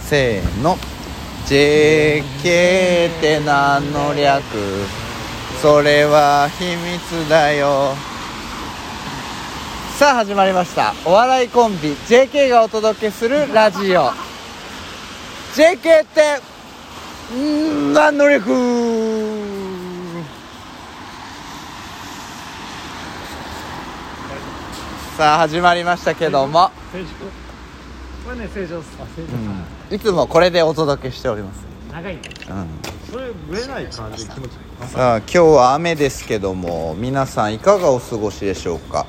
せーの JK って何の略それは秘密だよさあ始まりましたお笑いコンビ JK がお届けするラジオ JK ってんー何の略さあ始まりましたけども、正常これね正常っすあ正常いつもこれでお届けしております、長いねそれぶれない感じ気持ちいいさあ今日は雨ですけども皆さんいかがお過ごしでしょうか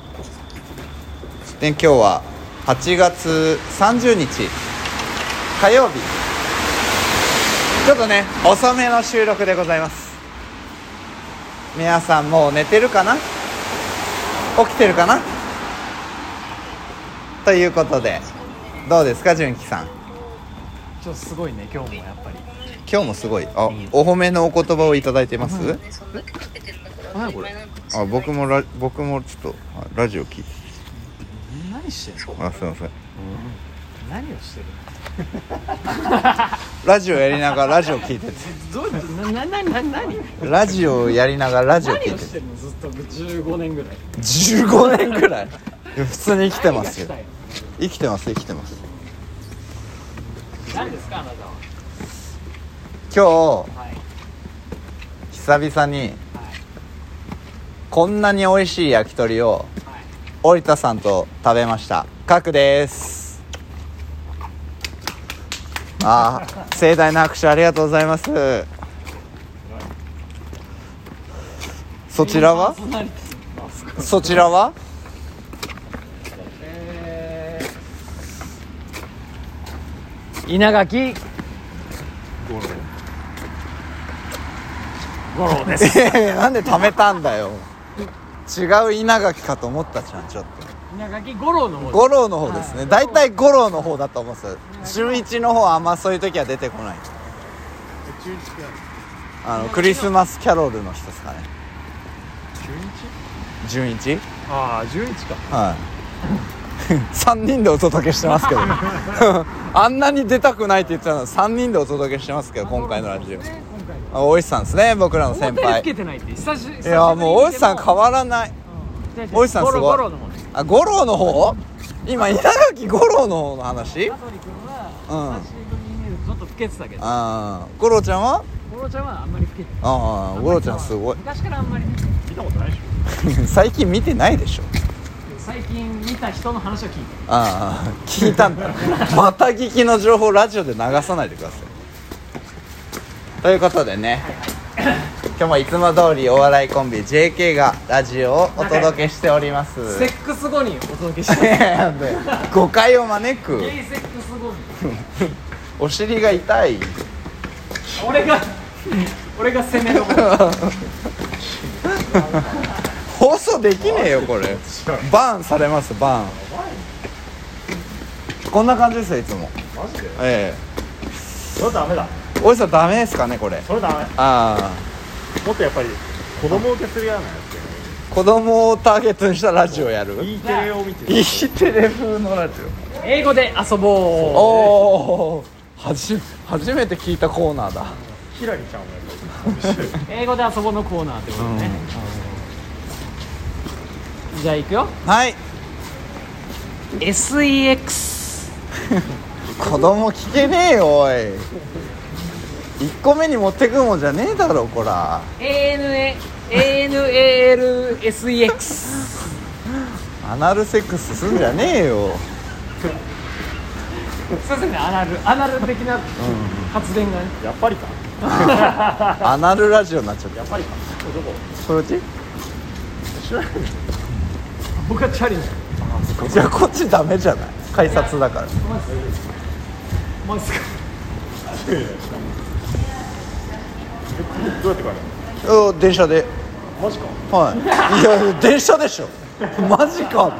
で今日は8月30日火曜日ちょっとね遅めの収録でございます皆さんもう寝てるかな起きてるかなということでどうですか純喜さんちょっとすごいね今日もやっぱり今日もすごいあお褒めのお言葉をいただいてます、何これあ僕もラ僕もちょっとあラジオ聞いて何してるのあすいません何をしてるラジオやりながらラジオ聞いててのどういうなななな何ラジオやりながらラジオ聞何いをてしててるのずっと15年ぐらい15年くらいいや普通に生きてますよ何がし生きてます生きてますたいの何ですかあなたは今はい日久々にはいこんなに美味しい焼き鳥をはい織田さんと食べましたかくですあー盛大な拍手ありがとうございますそちらはパーソナリティのあそこそちらはえー稲垣五郎五郎で すいやいやなんで貯めたんだよ違う稲垣かと思ったじゃんちょっ稲垣五郎のと方五郎の方ですね大体五郎の方だと思ってた中一の方あんまそういう時は出てこないあのクリスマスキャロルの人ですかね純一ああ11かはい 3人でお届けしてますけど あんなに出たくないって言ってたの3人でお届けしてますけど今回のラジオ今回あ大石さんですね僕らの先先輩輩つけてないって久しぶりいやもう大石さん変わらないる大石さんすごいゴロゴロの方ねあ五郎の方今稲垣五郎の方の話香取君うはん久しぶりに見るとちょっと老けてたけどああ五郎ちゃんはゴロちゃんはあんまり老けてああ五郎ちゃんすごい 昔からあんまりね見たことないでし最近見てないでしょ最近見た人の話を聞いてああ聞いたんだまた聞きの情報ラジオで流さないでくださいということでね今日もいつも通りお笑いコンビ JK がラジオをお届けしておりますセックス後にお届けしいてやいやで誤解を招くゲイセックス後にお尻が痛い俺が 俺が攻めの方放送できねえよこれバーンされますバーンこんな感じですよいつもょマジでえそれダメだえおじさんダメですかねこれそれダメああもっとやっぱり子供受けするようなや子供をターゲットにしたラジオやるつ E テレを見てる E テレ風のラジ英語で遊オぼおお初初めて聞いたコーナーだひらりちゃんもやう英語で遊ぼうのコーナーってことねじゃあ行くよはい SEX 子供聞けねえよおい1個目に持ってくもんじゃねえだろこら ANA ANALSEX アナルセックスすんじゃねえよすいませんねアナルアナル的な発電がねやっぱりかアナルラジオになっちゃったやっぱりかどこそのうち僕はチャリンジじゃあこっちダメじゃない改札だからマジっすかどうやって帰るうん電車でのマジかはいいやいや電車でしょマジかっ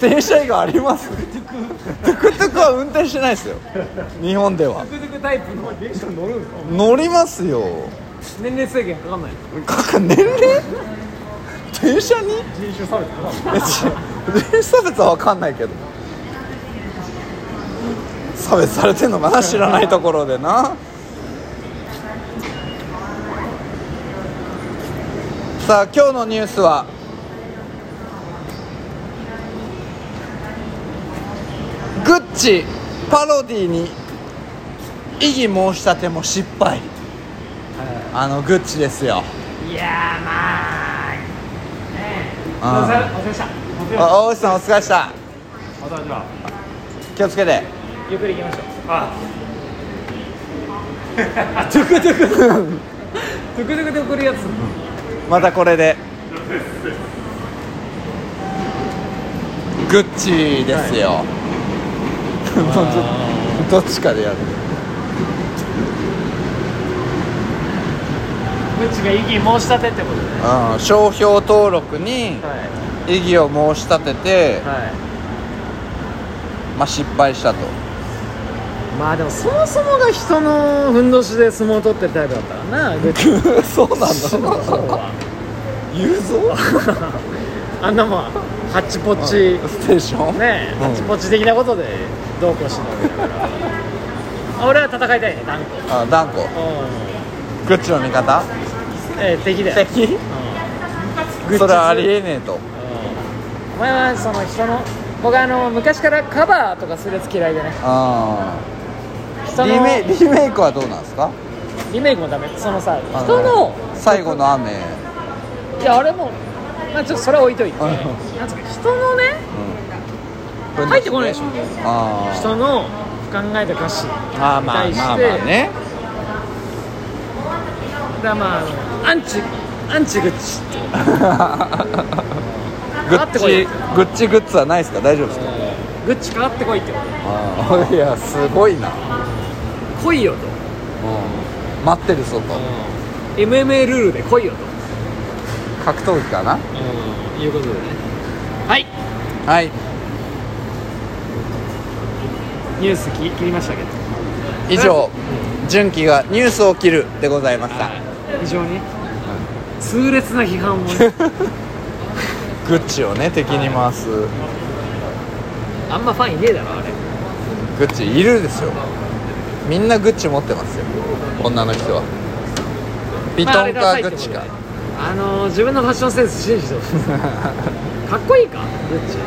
て電車以外ありますトゥクトゥクは運転してないですよ日本ではトゥクトゥクタイプの電車乗るんすか乗りますよ年齢制限かかんないかか年齢電車に人種差別かえち電車差別は分かんないけど差別されてんのかな知らないところでなさあ今日のニュースはグッチパロディに異議申し立ても失敗あのグッチですよいやーまあねえあーお疲れお疲れしたお疲れあ大内さんお疲れしたまたじゃあ気をつけてゆっくり行きましょうあ あトゥクトゥクトゥクトゥクで送るやつまたこれでグッチですよ、どっちかでやるムチが異議申し立てってことねうん商標登録には異議を申し立ててい、はまあ、失敗したとい、まあでもそもそもが人のふんどしで相撲を取ってるタイプだったからなグッチ そうなん言うぞ あんなもんハッチポッチ、ステーションねえ、うんハッチポッチ的なことでどうこうしのぐだからあ俺は戦いたいね断固うんあ断固グッチの味方えー敵だよ敵グッチそれはありえねえとお前はその人の僕あの昔からカバーとかするやつ嫌いでねあ人ーのリメリメイクはどうなんですかリメイクもダメそのさあ人の最後の雨いやあれもまあちょっとそれは置いといてうんなんつうか人のね入ってこないでしょあー人の考えた歌詞あーまあに対してまあま あねだからまああのアンチアンチグッチってグかかっッてチこいグッチグッズはないですか大丈夫ですかグッチかかってこいってこあーいやすごいな、と来いよと待ってるぞと MMA ルールで来いよと、格闘技かないうことでねはいはいニュースき切りましたけど以上純喜がニュースを切るでございました非常に痛烈な批判をねグッチをね敵に回す あんまファンいねえだろあれグッチいるですよみんなグッチ持ってますよ女の人はビトまああれンダサかいっグてッことチでかあのー自分のファッションセンス信じてほしいです かっこいいかグッチ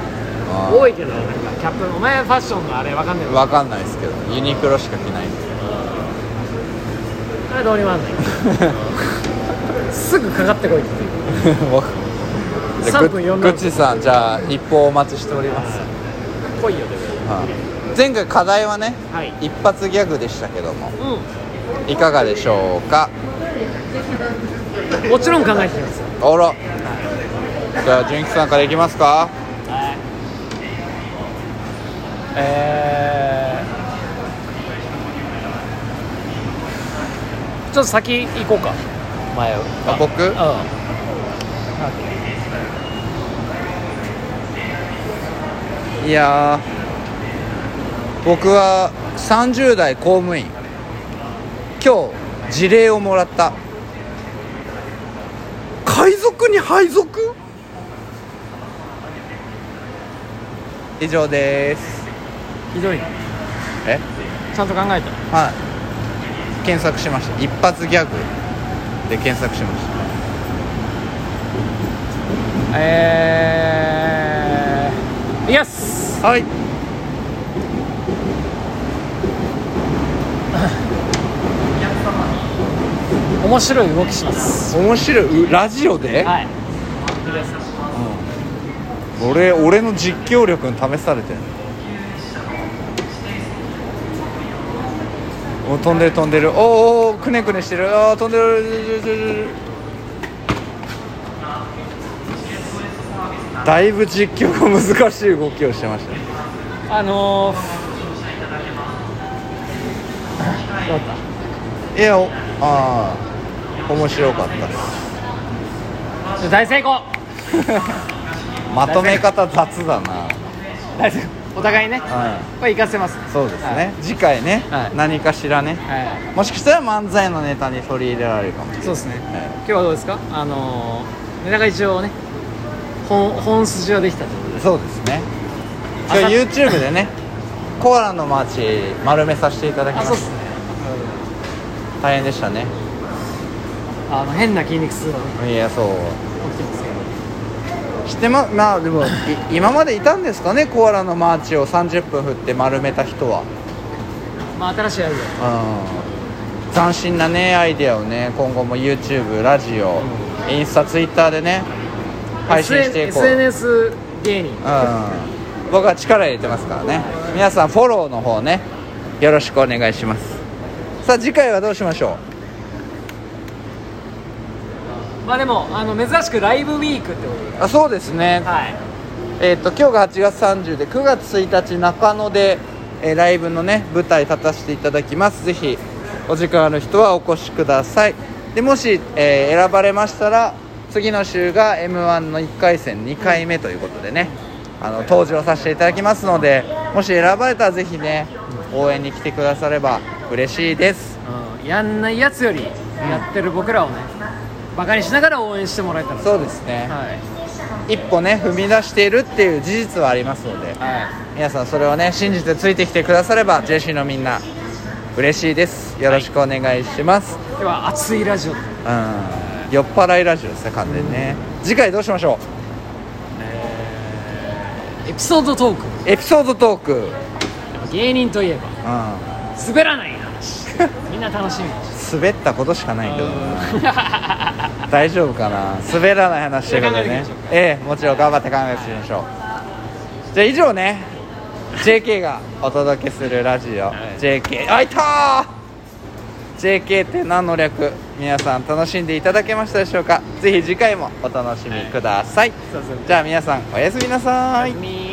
あー多いけどなんかキャップお前ファッションのあれわかんないわわかんないですけどユニクロしか着ないん で あれどうにもなんないすぐかかってこいっていうわかじゃあグ3分4ッグッチさんじゃあ一報お待ちしております、来いよというこはい前回課題はねとではい一発ギャグでしたけどもういかがでしょうかんもちろん考えてきますよあらじゃあ純喜さんからいきますかはいえーちょっと先行こうか前をあ僕うんあいやー僕は30代公務員今日辞令をもらった海賊に配属以上ですひどいねえちゃんと考えたはい検索しました一発ギャグで検索しましたえーイエスはい面白い動きします面白いうラジオで、はい俺俺の実況力に試されてるお飛んでる飛んでるおーおーおーくねくねしてるあー飛んでるだいぶ実況が難しい動きをしてましたねあのー、どうだっいやおああ面白かったですたじゃあ大成功まとめ方雑だな大成功お互いねはこれ行かせますいそうですね、次回ね、はい何かしらねはもしかしたら漫才のネタに取り入れられるかもしれいないそうですねはい今日はどうですかあのー、ネタが一応ね本本筋はできたということでそうですね朝 今日 YouTube でねコアラの街丸めさせていただきまあそうっすすね大変でしたねあの変な筋肉痛がねいやそう起きてますけど知ってままあでもい今までいたんですかねコアラのマーチを30分振って丸めた人はまあ新しいアイデうん斬新なねアイデアをね今後も YouTube ラジオインスタツイッターでねア配信していこう、うん、 SNS 芸人僕は力入れてますからね皆さんフォローの方ねよろしくお願いしますさあ次回はどうしましょまあでもあの珍しくライブウィークってことうあそうですねではいえー、と今日が8月30で9月1日中野で、えーライブのね舞台立たせていただきますぜひお時間ある人はお越しくださいでもし、えー選ばれましたら次の週が m 1の1回戦2回目ということでねあの登場させていただきますのでもし選ばれたらぜひね応援に来てくだされば嬉しいですうんやんないやつよりやってる僕らをねバカにしながら応援してもらえたらそうですねはい一歩ね踏み出しているっていう事実はありますのでは皆さんそれをね信じてついてきてくだされば JC のみんな嬉しいですよろしくお願いします、いでは熱いラジオでうん酔っ払いラジオですね完全にね、次回どうしましょエピソードトークうエピソードトーク、うん、やっぱ芸人といえば滑らない 話みんな楽しみにして滑ったことしかないけどな 大丈夫かな滑らない話ということでね考えていきましょうええもちろん頑張って考えていきましょうじゃあ以上ね JK がお届けするラジオ、い JK あいたー JK って何の略皆さん楽しんでいただけましたでしょうかぜひ次回もお楽しみください、そうそうじゃあ皆さんおやすみなさいみ